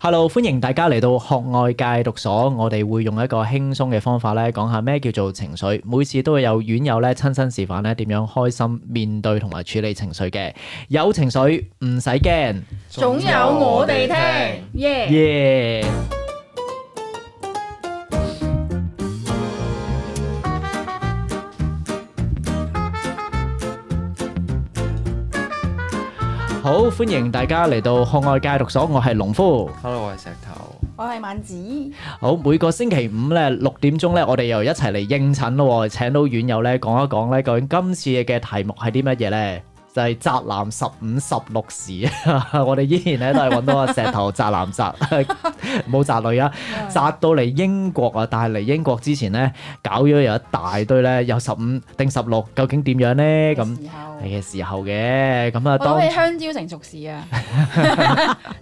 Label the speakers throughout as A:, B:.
A: Hello，歡迎大家嚟到學外戒毒所，我哋會用一個輕鬆嘅方法咧，講下咩叫做情緒。每次都會有院友咧親身示範咧點樣開心面對同埋處理情緒嘅。有情緒唔使驚，
B: 總有我哋聽，耶！
A: 耶、好，歡迎大家嚟到學外戒毒所，我係農夫。
C: Hello，我係石頭。
B: 我係萬子，
A: 好，每個星期五咧六點鐘咧，我哋又一齊嚟應診咯喎，請到院友咧講一講咧，究竟今次嘅題目係啲乜嘢咧？就係、宅男十五十六時， 我哋依然咧都係揾到阿石頭宅男宅， 冇宅女啊，宅到嚟英國啊！但係嚟英國之前咧，搞咗有一大堆咧，有十五定十六，究竟點樣咧？咁
B: 時候
A: 係嘅時候嘅，咁啊
B: 我
A: 當
B: 諗起香蕉成 熟時啊，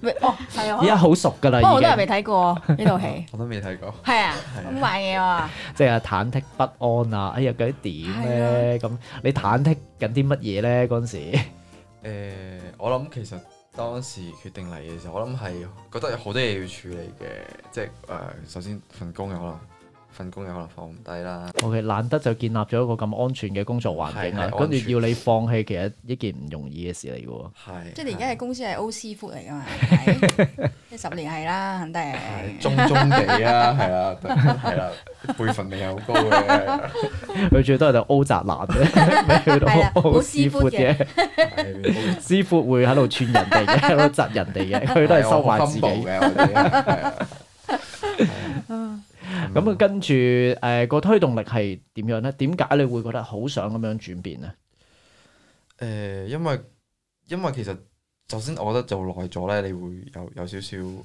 B: 咪哦係啊，
A: 依家好熟㗎啦，
B: 不過我
A: 已
B: 都係
A: 經
B: 未睇過呢套戲，
C: 我都未睇過。
B: 係啊，咁玩嘢喎，
A: 即係啊忐忑不安啊！哎呀，究竟點
B: 啊
A: 咧？咁你忐忑緊啲乜嘢咧？嗰陣時。
C: 誒、我諗其實當時決定嚟嘅時候，我諗係覺得有好多嘢要處理嘅，即係誒、首先份工有可能，份工有可能放唔低啦。
A: O.K. 難得就建立咗一個咁安全嘅工作環境啊
C: 係，係
A: 跟
C: 安
A: 住
C: 全
A: 要你放棄，其實一件唔容易嘅事嚟嘅喎。
C: 係。
B: 即係你而家嘅公司係 O.C. Food 嚟㗎嘛， 係咪即係十年係啦，肯定
C: 係
B: 係。
C: 中中地 啦，係啦，係啦，輩分未有高 嘅，
A: 佢最多係就 O 宅男嘅，未啊去
B: 係啦
A: 到 O
B: 冇
A: 師傅
B: seafood 嘅
A: 嘅，
C: 係
A: 師傅會喺度串人哋 嘅，喺度窒人哋嘅，佢都係收埋自己。咁
C: 嘅，我哋係啊
A: 啊，跟住誒個推動力係點樣咧？點解你會覺得好想咁樣轉變咧？
C: 誒、呃因為因為其實首先我覺得做耐咗咧，你會有有少少誒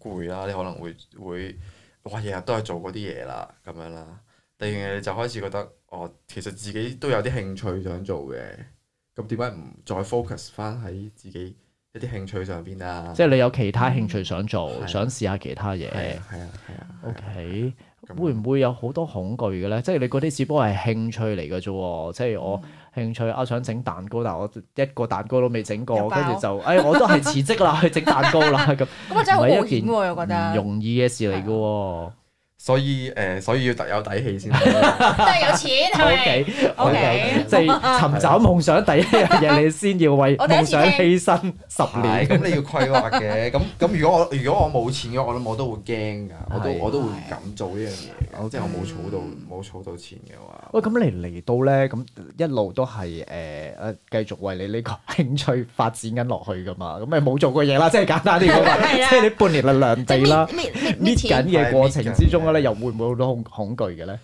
C: 攰啦，你可能會會哇日日都係做嗰啲嘢啦，咁樣啦。第二樣嘢你就開始覺得，哦，其實自己都有啲興趣想做嘅，咁點解唔再 focus 翻喺自己一啲興趣上邊啊？
A: 即係你有其他興趣想做，
C: 嗯係
A: 想試下其他嘢。
C: 係啊係啊係啊
A: O.K.
B: 啊
C: 咁
A: 會唔會有好多恐懼嘅咧？即係你嗰啲只不過係興趣嚟嘅啫喎，即係我
B: 嗯
A: 興趣啊想整蛋糕，但係我一個蛋糕都未整過，
B: 又爆
A: 跟住就哎我都係辭職啦，去 整蛋糕啦咁，
B: 咁啊真係好
A: 唔
B: 冒
A: 係一
B: 險
A: 件
B: 喎，我覺
A: 唔
B: 得，
A: 容易嘅事嚟嘅喎。
C: 所以誒、所以要特有底氣先。
B: 都係有 錢
A: O
B: 係
A: K
B: 咪？
A: O K，即係尋找夢想第一樣 嘢，你先要為
B: 我第一
A: 夢
B: 次
A: 想犧牲十
C: 係，
A: 年。
C: 咁你要規劃嘅。咁咁如果我如果我冇錢嘅話，我諗我都會驚㗎，我
A: 係嗯
C: 都我都會唔敢做呢樣嘢嘅。即係我冇儲到冇儲到錢嘅話，
A: 喂，咁你嚟到咧，咁一路都係誒誒繼續為你呢個興趣發展緊落去噶嘛，咁咪冇做過 嘢啦，即係簡單啲講嘛，
B: 係啊
A: 即係你半年嘅量地啦。
B: 搣
A: 搣
B: 搣搣
A: 緊
B: 錢，
A: 嘅過程之中咧，又會唔會好多恐恐懼嘅咧？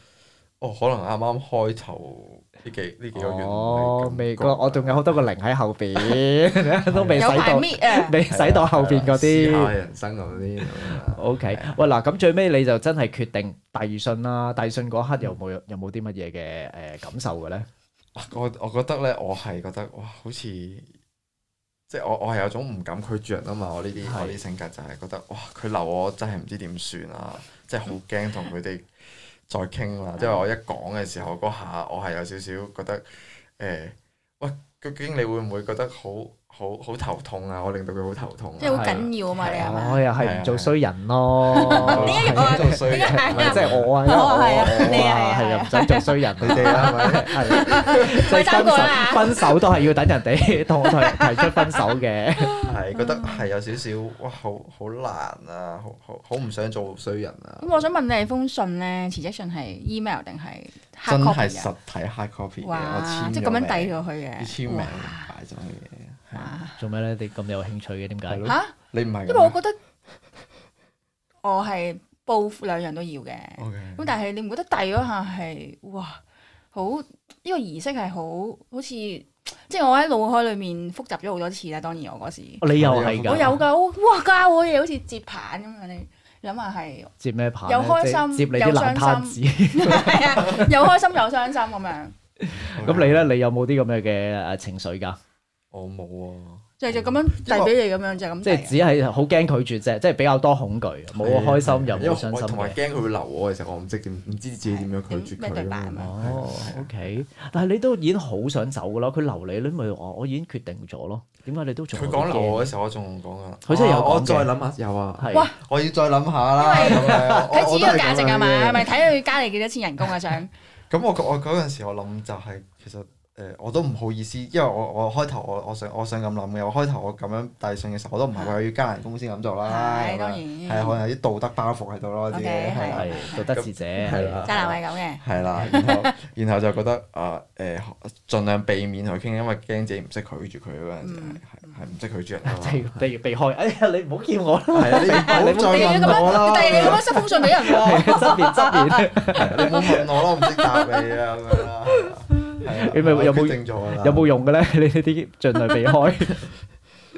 C: 哦，可能啱啱開頭呢幾呢幾個月
A: 哦，未
C: 個
A: 個我仲有好多個零喺後 邊，都未使
B: 有 排
A: 到，
B: 搣啊！
A: 未使到後邊嗰
C: 試下
A: 啲。
C: 人生嗰啲咁樣。啊
A: O K，喂嗱，咁最尾你就真係決定遞信啦，遞信嗰刻有冇有冇啲乜嘢嘅誒感受嘅咧？
C: 我我覺得咧，我係覺得哇，好似即係我我係有種唔敢拒絕人啊嘛！我呢啲
A: 係
C: 我啲性格就係覺得哇，佢留我真係唔知點算啊！即係好驚同佢哋再傾啦。即係我一講嘅時候嗰下，我係有少少覺得誒、喂，究竟你會唔會覺得好好好頭痛啊？我令到佢好頭痛
B: 即係
C: 啊！
B: 好緊要啊嘛，你係
A: 我
B: 嘛？
A: 哦又係唔做衰人咯。
C: 哦
B: 點解我
C: 做衰
B: 點解
C: 人
B: 係啊
A: 即係我啊，因為我我啊，係啊，唔使做衰人
C: 你。哋啊啦，係 咪？
A: 係，啊即係分手，分手都係要等人哋同我提提出分手嘅。
C: 係覺得係有少少哇，好好難啊，好好好唔想做衰人啊
B: 咁！我想問你封信咧，辭職信係 email 定係
C: 真
B: hard
C: 係
B: copy
C: 實體 hard copy 嘅，我
B: 啊哇！
C: 簽
B: 即係
C: 係
B: 咁樣遞咗佢嘅，
C: 啲簽名啊
B: 哇
C: 擺咗去嘅。
B: 哇
A: 做咩咧？你咁有興趣嘅？點解？
C: 係咯
B: 嚇！
C: 你唔係㗎
B: 因為我覺得我係報兩樣都要嘅，
C: OK
B: 咁但係你唔覺得遞嗰下係哇好呢個儀式係好好似即係我喺腦海裡面複雜咗好多次啦。當然我嗰時
A: 你又係㗎？
B: 我有㗎，我哇教我嘢好似接棒咁樣，你諗下係
A: 接咩牌？
B: 有開心
A: 接你啲爛攤子。
B: 係啊，又開心又傷心咁樣。
C: 咩
A: 呃咁你咧，你有冇啲咁嘅嘅誒情緒㗎？
C: 我冇啊，
B: 就係就咁樣遞俾你咁樣就係咁遞啊。
A: 即係只係好驚拒絕啫，即係比較多恐懼，冇啊開心又冇
C: 啊因為
A: 傷
C: 我
A: 心
C: 同埋
A: 嘅。
C: 驚佢會留我，其實我唔知點，唔知自己點樣拒絕
B: 係點咩對
C: 佢
B: 白
C: 啊
B: 啊嘛
C: 嘛。
A: 哦，OK，但係你都已經好想走噶啦，佢留你，你咪話我已經決定咗咯。點解你都仲
C: 佢
A: 有
C: 講
A: 啲
C: 留
A: 驚
C: 我嘅時候，我仲講啊，
A: 佢真係有
C: 啊我
A: 講嘅
C: 再諗下，有啊，
A: 係
B: 哇
C: 我要再諗下啦。
B: 因
C: 咁樣我
B: 佢
C: 我
B: 自己
C: 都
B: 個
C: 係
B: 價值啊嘛，
C: 咁樣嘅
B: 係咪睇佢加你幾多錢人工啊？想
C: 咁我我嗰陣時我諗就係、其實誒、呃我都唔好意思，因為我我開頭我我想我想咁諗嘅，我開頭我咁樣遞信嘅時候，我都唔係為咗要加人工先咁做啦，
B: 係
C: 咁樣
B: 當然
C: 係啊可能有啲道德包袱喺度咯，我自己
B: OK，
C: 係啦
A: 係道德智者，
C: 係啦
A: 係
B: 渣男係咁嘅，
C: 係啦，然後然後就覺得啊誒，盡量避免同佢傾，因為驚自己唔識拒絕佢嗰陣時係係係唔識拒絕人啊
A: 即係避避開。哎呀，你唔好叫我啦，
C: 嘛，係啊，你唔好
B: 第二
C: 再
B: 你咁
C: 問我
B: 樣，
C: 啦
B: 第，二你咁樣塞封信俾人
C: Dạ.
B: 喎，
A: 側面側面，
C: 係你唔好問我啦，我唔識答你啊咁樣啦，係啊
A: 你咪
C: 我
A: 有冇
C: 決定咗㗎啦
A: 有冇用嘅咧？你呢 啲盡量避開，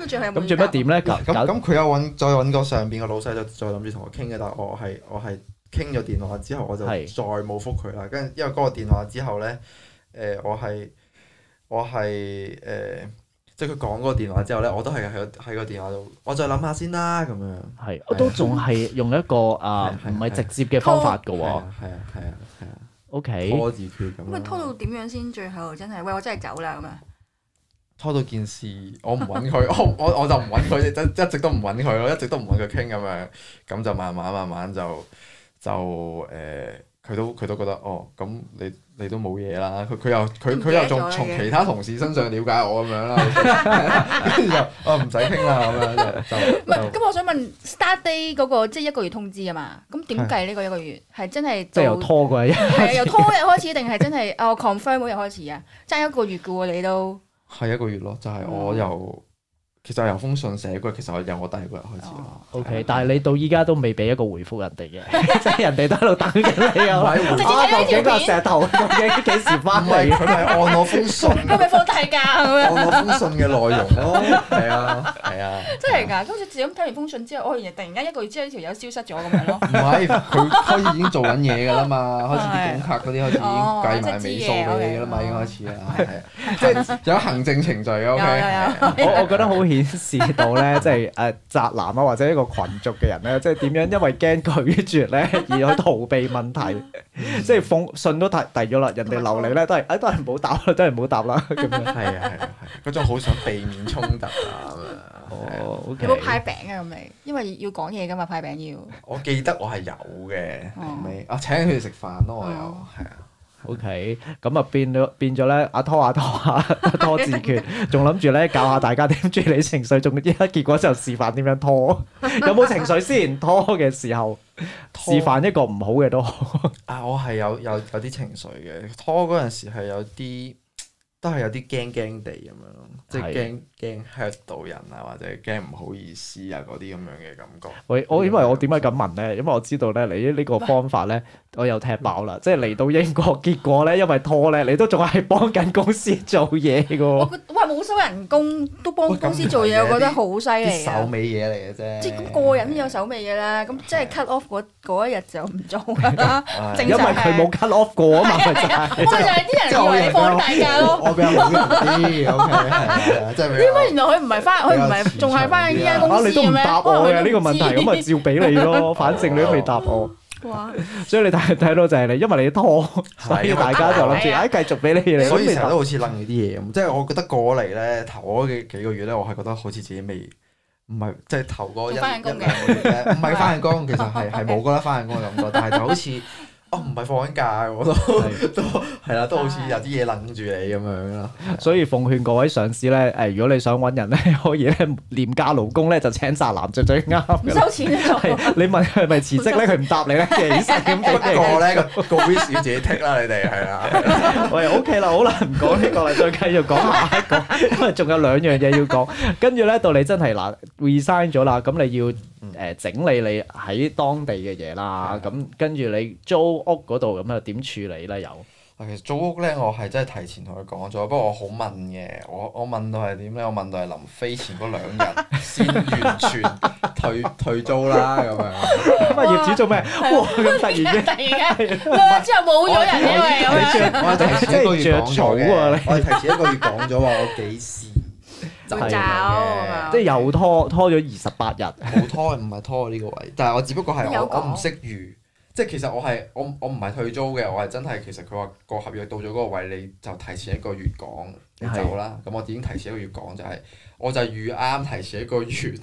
B: 咁最後有冇？
A: 咁最尾點咧？搞
C: 嗱咁
A: 搞
C: 咁佢有揾再揾個上邊個老細就再諗住同我傾嘅，但係我係我係傾咗電話之後我就再
A: 係
C: 冇覆佢啦。跟住因為嗰個電話之後咧，誒、我係我係誒、即係佢講嗰個電話之後咧，我都係喺個喺個電話度，我再諗下先啦咁樣。
A: 係，我都仲係用一個啊
C: 係係
A: 唔係直接嘅方法嘅
C: 係
A: 喎。
C: 啊係啊係啊係啊，
A: OK，
C: 拖字訣咁啊
B: 咁咪拖
C: 樣。
B: 到點樣先？最後真係喂，我真係走啦咁啊！
C: 拖到件事，我唔揾佢， 我我我就唔揾佢，一一直都唔揾佢咯，一直都唔揾佢傾咁樣，咁就慢慢慢慢就就誒，呃佢、都佢都覺得哦，咁你你都冇嘢啦，佢佢又佢佢又
B: 唔記得咗
C: 仲
B: 你
C: 從
B: 嘅
C: 其他同事身上了解我咁樣啦，跟住就哦唔使傾啦咁樣
B: 唔
C: 就
B: 係，
C: 就
B: 咁我想問 start day 嗰個即係一個月通知啊嘛，咁點計呢個一個月係真係
A: 即係又
B: 到
A: 拖過一
B: 係啊由拖日開始定係真係啊我 ờ, confirm 嗰日開始啊？爭一個月嘅喎你都，
C: 係一個月咯，就係、
B: 哦
C: 我由其實由封信寫過，其實我由我第二個日開始
B: Ờ.
C: 咯。
A: OK，但係你啊到依家都未俾一個回覆人哋 嘅，即係人哋都喺度等緊你
C: 唔
A: 啊！
C: 係回
B: 直接
A: 啊，
B: 睇
A: 究
B: 呢
A: 竟
B: 條
A: 個
B: 片，
A: 石頭究竟幾時
B: 哦
A: 翻
C: 唔係
A: 嚟？
C: 佢係按我封信。
B: 佢咪放大假咁樣？
C: 我攞封信嘅內容 咯，係啊，係啊，
B: 真係㗎，咁就自己咁睇完封信之後，哦，原來突然間一個月之後呢條友消失咗咁樣咯。
C: 唔係佢開始已經做緊嘢㗎啦嘛， 開始啲工卡嗰啲開始已經
B: 哦
C: 計埋尾數俾你㗎啦嘛，已經開始啦，係啊，即係有行政程序嘅
B: 有有
C: OK，係 啊
B: 有，
A: 我我覺得好顯示到 咧，即係誒宅男啊，或者一個群族嘅人咧，即係點樣因為驚拒絕咧 而去逃避問題，即係封信都提提咗啦，人哋留你咧都係誒哎都係唔好答啦，都係唔好答啦咁樣。
C: 係啊，係啊，嗰種好想避免衝突啊咁啊。係啊
A: 哦，OK，
B: 有冇派餅啊？咁你因為要講嘢㗎嘛，派餅要。
C: 我記得我係有嘅，
B: 哦
C: 咪啊請佢哋食飯咯，我有
B: 哦
C: 係啊，
A: OK，咁啊變咗變咗咧，阿拖下拖下拖字訣，仲諗住咧教下大家點處理情緒，仲依家結果就示範點樣拖，有冇情緒先 拖嘅時候，示
C: 拖
A: 範一個唔好嘅都好。
C: 啊我係有有有啲情緒嘅，拖嗰陣時係有啲都係有啲驚驚地咁樣咯，即係
A: 係
C: 驚驚 hurt 到人啊，或者驚唔好意思啊嗰啲咁樣嘅感覺。
A: 喂，我因為我點解咁問咧？因為我知道咧，你呢個方法咧，我有踢爆啦。即係嚟到英國， 結果咧，因為拖咧，你都仲係幫緊公司做嘢嘅
B: 我
A: 喎。
B: 覺喂冇收人工都幫
C: 喂咁
B: 公司做嘢，
C: 唔係嘅
B: 我覺得好犀
C: 啲
B: 利
C: 手
B: 啊！
C: 尾嘢嚟嘅啫。
B: 即係咁個人都有手尾嘅啦，咁即係 cut off 嗰嗰一日就唔做啦。
C: 唉
B: 正
A: 因為
B: 常
A: 佢 冇 cut off 過啊嘛，咪就係
B: 我就係啲人以為你放大假咯。
C: 我比較好人啲，OK，係 啊，即係比
B: 點解
C: 較
B: 原來佢唔係翻，佢唔係仲係翻緊呢間公
A: 啊！
B: 司
A: 你都
B: 嘅
A: 唔
B: 咩？
A: 答
B: 可能
A: 我
B: 佢
A: 嘅
B: 都
A: 呢個
B: 唔
A: 問題，
B: 知
A: 咁咪 照俾你咯。反正你都未答我，
B: 哇！
A: 所以你睇睇到就係你，因為你 拖，所以大家就諗住，唉，繼續俾你你。
C: 所以成日都好似楞呢啲嘢咁。即係我覺得過嚟咧，頭嗰幾幾個月咧，我係覺得好似自己未。唔係，即係頭嗰一一
B: 仲返緊
C: 兩
B: 工
C: 個
B: 嘅
C: 月咧，唔係翻緊工，其 實係係冇覺得翻緊工嘅感覺，但係就好似，哦唔係放緊假，我都都係啦，都好似有啲嘢楞住你咁樣啦。
A: 所以奉勸各位上 司咧，誒，如果你想揾人咧，可以咧廉價勞工咧就請宅男就最啱
B: 唔
A: 嘅啦。
B: 收錢啊！
A: 係你問佢係咪辭職咧，佢唔答你咧，其實咁
C: 不
A: 俾
C: 過
A: 你。
C: 咧個個 risk 要自己剔啦，你哋係啊啦。
A: 喂，OK 啦，好啦，唔講呢個啦，再繼續講下一個，因為仲有兩樣嘢要講。跟住咧，到你真係嗱 resign 咗啦，咁你要誒整理你喺當地嘅嘢啦，咁跟住你租屋嗰度咁又點處理咧？又
C: 嗱，啊其實租屋咧，我係真係提前同佢講咗，不過我好問嘅，我我問到係點咧？我問到係臨飛前嗰 兩日先完全退退租啦咁樣。
A: 咁啊業主做咩？哇！咁突然
B: 突然
A: 間，
B: 間，之後冇咗人，因為咁樣。
C: 我係提前一個月
A: 即係着
C: 講
A: 草
C: 咗
A: 啊
C: 嘅
A: 你，
C: 我係提前一個月講咗話我幾時，
A: 走
B: 會走咁 樣
A: 即係又拖拖咗二十八日，
C: 冇拖唔係拖呢個位，但係我只不過係
B: 你有
C: 我我
B: 講
C: 唔識預，即係其實我係我我唔係退租嘅，我係真係其實佢話個合約到咗嗰個位，你就提前一個月講你走啦。咁我已經提前一個月講就係、我就係預啱提前一個月，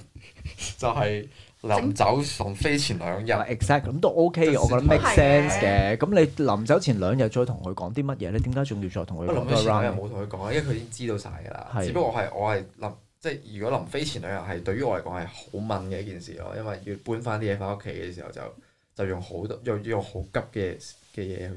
C: 就係臨走臨飛前兩日。
A: exact 咁都 OK
C: 即
A: 嘅，
C: 係
A: 我覺得 make
B: 係
A: sense 嘅。咁你臨走前兩日再同佢講啲乜嘢咧？點解仲要再同佢
C: 不過
A: 講
C: 臨飛
A: 多
C: 前
A: round
C: 兩日
A: 咧？
C: 冇同佢講，因為佢已經知道晒㗎啦。
A: 係
C: 只不過係我係臨即係如果臨飛前兩日係對於我嚟講係好敏嘅一件事咯，因為要搬翻啲嘢翻屋企嘅時候就就用好多用用好急嘅嘅嘢去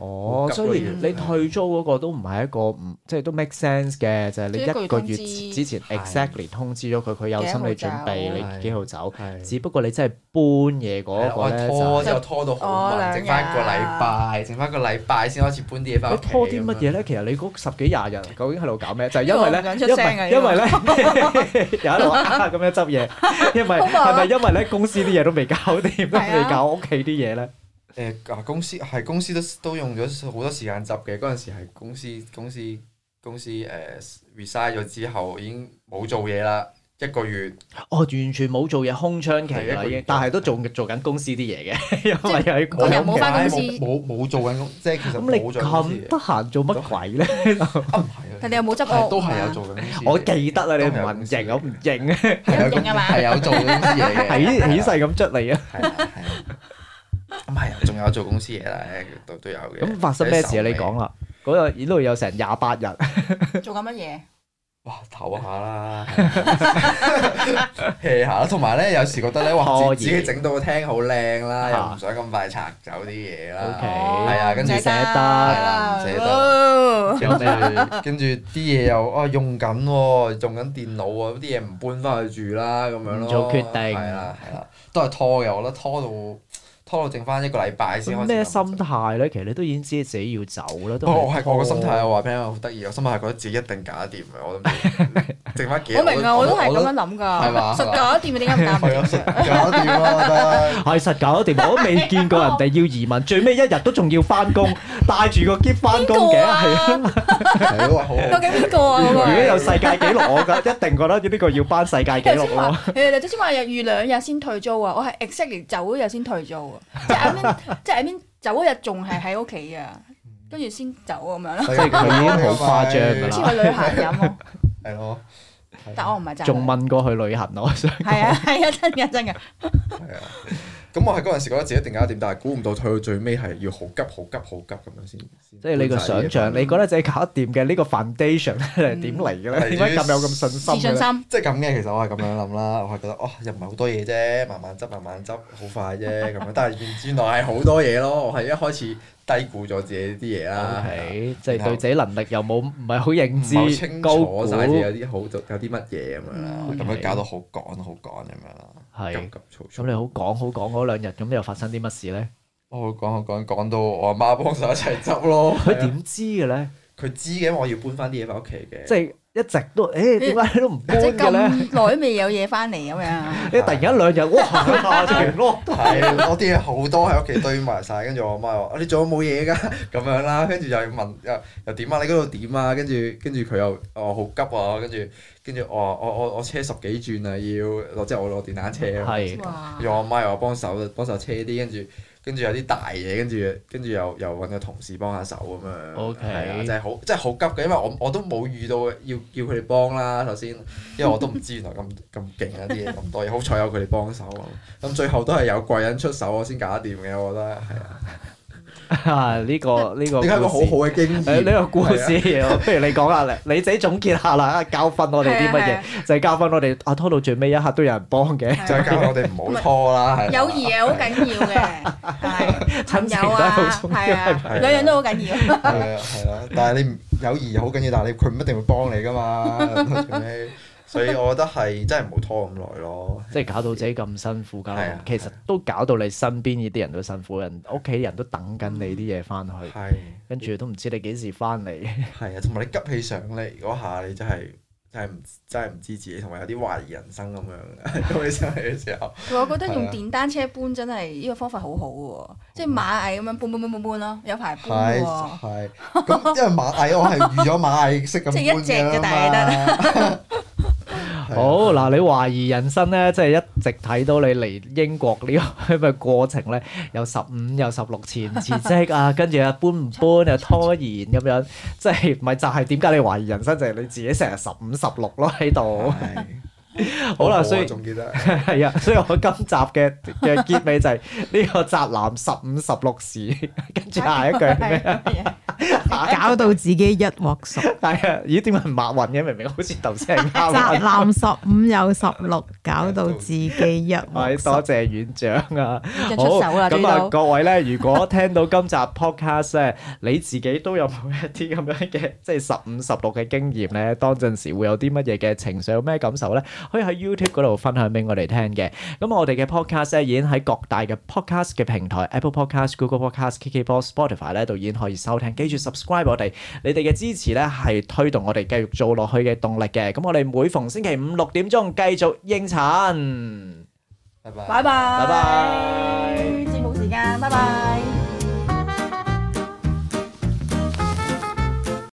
A: 哦，
C: 急
A: 所以
C: 嗰
A: 你
C: 啲
A: 退租嗰個都唔係一個唔即係都 make sense 嘅，就係
B: 即係一
A: 你一
B: 個
A: 個
B: 月
A: 月
B: 通知
A: 之前
C: 係
A: exactly 通知咗佢，佢有心理準
B: 幾
C: 號走
A: 備，你幾號走。
C: 係
A: 只不過你真係搬嘢嗰
C: 我
A: 個咧，
C: 係
A: 就
C: 拖就拖到好
B: 哦兩
C: 慢，
B: 日
C: 剩翻一個禮拜，剩翻一個禮拜先開始搬啲嘢翻
A: 你
C: 屋企。
A: 拖啲乜嘢咧？其實你嗰十幾廿日究竟喺度搞咩？就係因為咧，
B: 呢個我唔想
A: 因
B: 出聲啊
A: 為因為咧， 又喺度啊咁樣執 嘢，因為
B: 好忙啊
A: 係咪因為咧公司啲嘢都未搞掂，都
B: 係啊
A: 未搞屋企啲嘢咧？
C: 誒啊！公司係公司都都用咗好多時間執嘅，嗰陣時係公司公司公司誒 resign 咗之後已經冇做嘢啦，一個月。
A: 哦，完全冇做嘢，空窗期
C: 係一
A: 啦
C: 個
A: 已經
C: 月，
A: 但係都仲做緊公司啲嘢嘅， 因為
B: 即
A: 喺
B: 嗰日冇返公司
C: 冇冇冇做緊工，即係其實
A: 咁你
C: 冇做緊公司
A: 咁
C: 嘅
A: 得閒做乜鬼咧？
C: 啊唔係啊
B: 但你有冇執
C: 係
B: 屋？
C: 都係有做緊公司嘅。
A: 我記得啦，你唔
C: 都係有
A: 問
C: 公司
A: 認，我唔認，
C: 係有公
B: 有認啊嘛
C: 係有做緊公司嘢嘅，
A: 起起
C: 係
A: 勢咁捽你啊！
C: 啊 係啊係啊。咁係啊，仲有做公司嘢啦，都都有嘅。
A: 咁發生咩事啊？你講啦，嗰日呢度有成廿八日，
B: 做緊乜嘢？
C: 哇，唞下啦啊 hea 下啦，同埋咧有時覺得咧，哇，
A: 拖
C: 自自己
A: 延
C: 整到個廳好靚啦，
A: 啊
C: 又唔想咁快拆走啲嘢啦，
A: OK
C: 係啊跟住
A: 捨得係
C: 啦唔捨得
B: 得。
A: 有咩？
C: 跟住啲嘢又啊用緊喎，用緊電腦喎，啲嘢唔搬翻去住啦，咁樣咯，
A: 唔做決定
C: 係啦係啦，都係拖嘅，我覺得拖到拖到剩翻一個禮拜先
A: 咁
C: 開始。
A: 咩心？態咧？其實你都已經知自己要走啦，
C: 不
A: 都
C: 過哦我係我個心態，
A: 係
C: 我話俾你聽，好得意，啊我心態係覺得自己一定搞得掂嘅，我 都剩翻幾日
B: 我明啊，我都係咁
C: 我
B: 樣諗
C: 係嘛
B: 㗎，實搞得掂啊，點解唔 搞唔
C: 係啊，
B: 掂
C: 實搞得掂啊，我覺得。
A: 係實搞得掂。我都未見過人哋要移民，最尾一日都仲要翻 工，帶住個箧翻工嘅，
B: 邊個啊
A: 係 啊！
C: 係咯，好
B: 究竟邊個啊？
A: 如
B: 嗰個
A: 果
B: 人
A: 有世界紀錄，我覺得一定覺得呢個要翻世界紀
B: 頭
A: 錄
B: 先話
A: 咯。
B: 誒，你頭先話又預兩日先退租啊！我係 à? exactly 走嗰日先退租啊！即係 I mean，即係 I mean，走嗰日仲係喺屋企啊，跟住先走咁樣咯，
C: 即
A: 係啊佢已經好誇張㗎
B: 好似
A: 啦
B: 去旅行咁咯。
C: 係咯，係
B: 但我唔係就
A: 仲問過去旅行咯，我 想
B: 係啊係啊真嘅真嘅，
C: 係啊。咁我係嗰陣時覺得自己一定搞掂，但係估唔到退到最尾係要好急、好急、好急咁樣先。即
A: 即係你個想像，你覺得自己搞得掂嘅呢個 foundation 咧係點嚟嘅咧？
C: 嗯
A: 點解咁有咁信心
B: 自
A: 嘅
B: 信
A: 咧？
B: 心
C: 即係咁嘅，其實我係咁樣諗啦，我係覺得哦，又唔係好多嘢啫，慢慢執，慢慢執，好快啫咁樣。但係原來係好多嘢咯，我係一開始低估咗自己啲嘢啦，係啊
A: OK，即係對自己能力又冇唔係好認
C: 唔係好
A: 知，
C: 清
A: 高
C: 楚
A: 估
C: 晒自己有啲好有啲乜嘢咁樣啦，
B: 嗯
C: 咁樣搞到好趕好趕咁樣啦，急
A: 係。
C: 急躁躁
A: 咁。你好講好講嗰兩日，咁又發生啲乜事咧？
C: 我講我講講到我阿媽幫手一齊執咯。啊
A: 佢點知嘅咧？
C: 佢知嘅，我要搬翻啲嘢翻屋企嘅。
A: 即係一直都，誒點解你都唔搬
B: 即係
A: 嘅咧？
B: 咁耐都未有嘢翻嚟咁樣。
A: 你突然間兩日， 哇！停咯，
C: 係我啲嘢好多喺屋企堆埋晒，跟住我媽話：啊你仲有冇嘢㗎？ 咁樣啦，跟住又要問又又點啊？你嗰度點啊？跟住跟住佢又我好急啊！跟住跟住我話我我我車十幾轉啊，要即係我攞電單車。啊
A: 係
B: 哇！
C: 跟住我媽又話幫手幫手車啲，跟住跟住有啲大嘢，跟住跟住又又揾個同事幫下手咁樣。
A: OK
C: 係啊，真係好真係好急嘅，因為我我都冇遇到要要佢哋幫啦。首先，因為我都唔知原來咁咁勁啊啲嘢咁多嘢，好彩有佢哋幫手啊。咁最後都係有貴人出手，我先搞得掂嘅，我覺得係啊。
A: 啊！呢個呢個
C: 點解一個好
A: 故事
C: 好嘅
A: 誒
C: 經驗？
A: 呢個故
C: 係啊
A: 事， 不如你講下咧，你自己總結下啦，教訓我哋啲乜
B: 係
A: 嘢
B: 啊？
A: 就係教訓我哋啊，拖到最尾一刻都有人幫嘅，
C: 就係教我哋唔好拖啦，係啦啊
B: 友誼係好緊要嘅，係
A: 親情
B: 朋
A: 都
B: 友
A: 係好
B: 啊，
A: 重要
B: 係啊，兩樣都好緊要。
C: 係啊，係啦，但係你唔友誼好緊要，但係你佢唔一定會幫你噶嘛，最尾所以我覺得係真係唔好拖咁耐咯。
A: 即係搞到自己咁辛苦，搞到
C: 係啊
A: 其實都搞到你身邊呢啲人都辛苦，人屋企人都等緊你啲嘢翻去，
C: 係
A: 跟住都唔知你幾時翻嚟。
C: 係啊，同埋你急起上嚟嗰下，你真係真係唔真係唔知自己，同埋有啲懷疑人生咁樣。 急起上嚟嘅時候，
B: 我覺得
C: 係啊
B: 用電單車搬真係呢個方法好好喎，即係螞蟻咁樣搬搬搬搬搬咯，有排搬喎。
C: 係咁，因為馬蟻我係預咗馬蟻識咁
B: 即係一隻
C: 搬㗎
B: 啫
C: 嘛。係啊
A: 好嗱，你懷疑人生咧，即係一直睇到你嚟英國呢個 咁嘅過程咧，有十五有十六次唔辭職啊，跟住又搬唔搬又拖延咁樣，即係咪就係點解你懷疑人生就係你自己成日十五十六咯喺度？
C: 啊
A: 好啦，所以
D: 仲記得
A: 係啊，所以我今集嘅嘅結尾就係呢個宅男十五十六時， 跟住下一句係咩？
B: 咩？
E: 搞到自己一镬熟。
A: 係啊，咦？點解唔抹雲嘅？明明好似頭先係 啱嘅
E: 宅男十五有十六，搞到自己一
A: 喂，
E: 镬
A: 多
E: 熟。
A: 謝院長啊！
B: 已經出
A: 好
B: 手啦，
A: 咁啊，
B: 呢度
A: 各位咧，如果聽到今集 podcast 咧，你自己都有冇一啲咁樣嘅， 即係十五十六嘅經驗咧？當陣時會有啲乜嘢嘅情緒，有咩感受咧？可以喺 YouTube 嗰度分享俾我哋聽嘅。咁我哋嘅 podcast 咧已經喺各大嘅 podcast 嘅平台，Apple Podcast、Google Podcast、KKBox、Spotify 咧度已經可以收聽。記住 subscribe 我哋，你哋嘅支持咧係推動我哋繼續做落去嘅動力嘅。咁我哋每逢星期五六點鐘繼續應診。
C: 拜拜
B: 拜拜，
A: 拜拜
B: 節目時間，拜拜。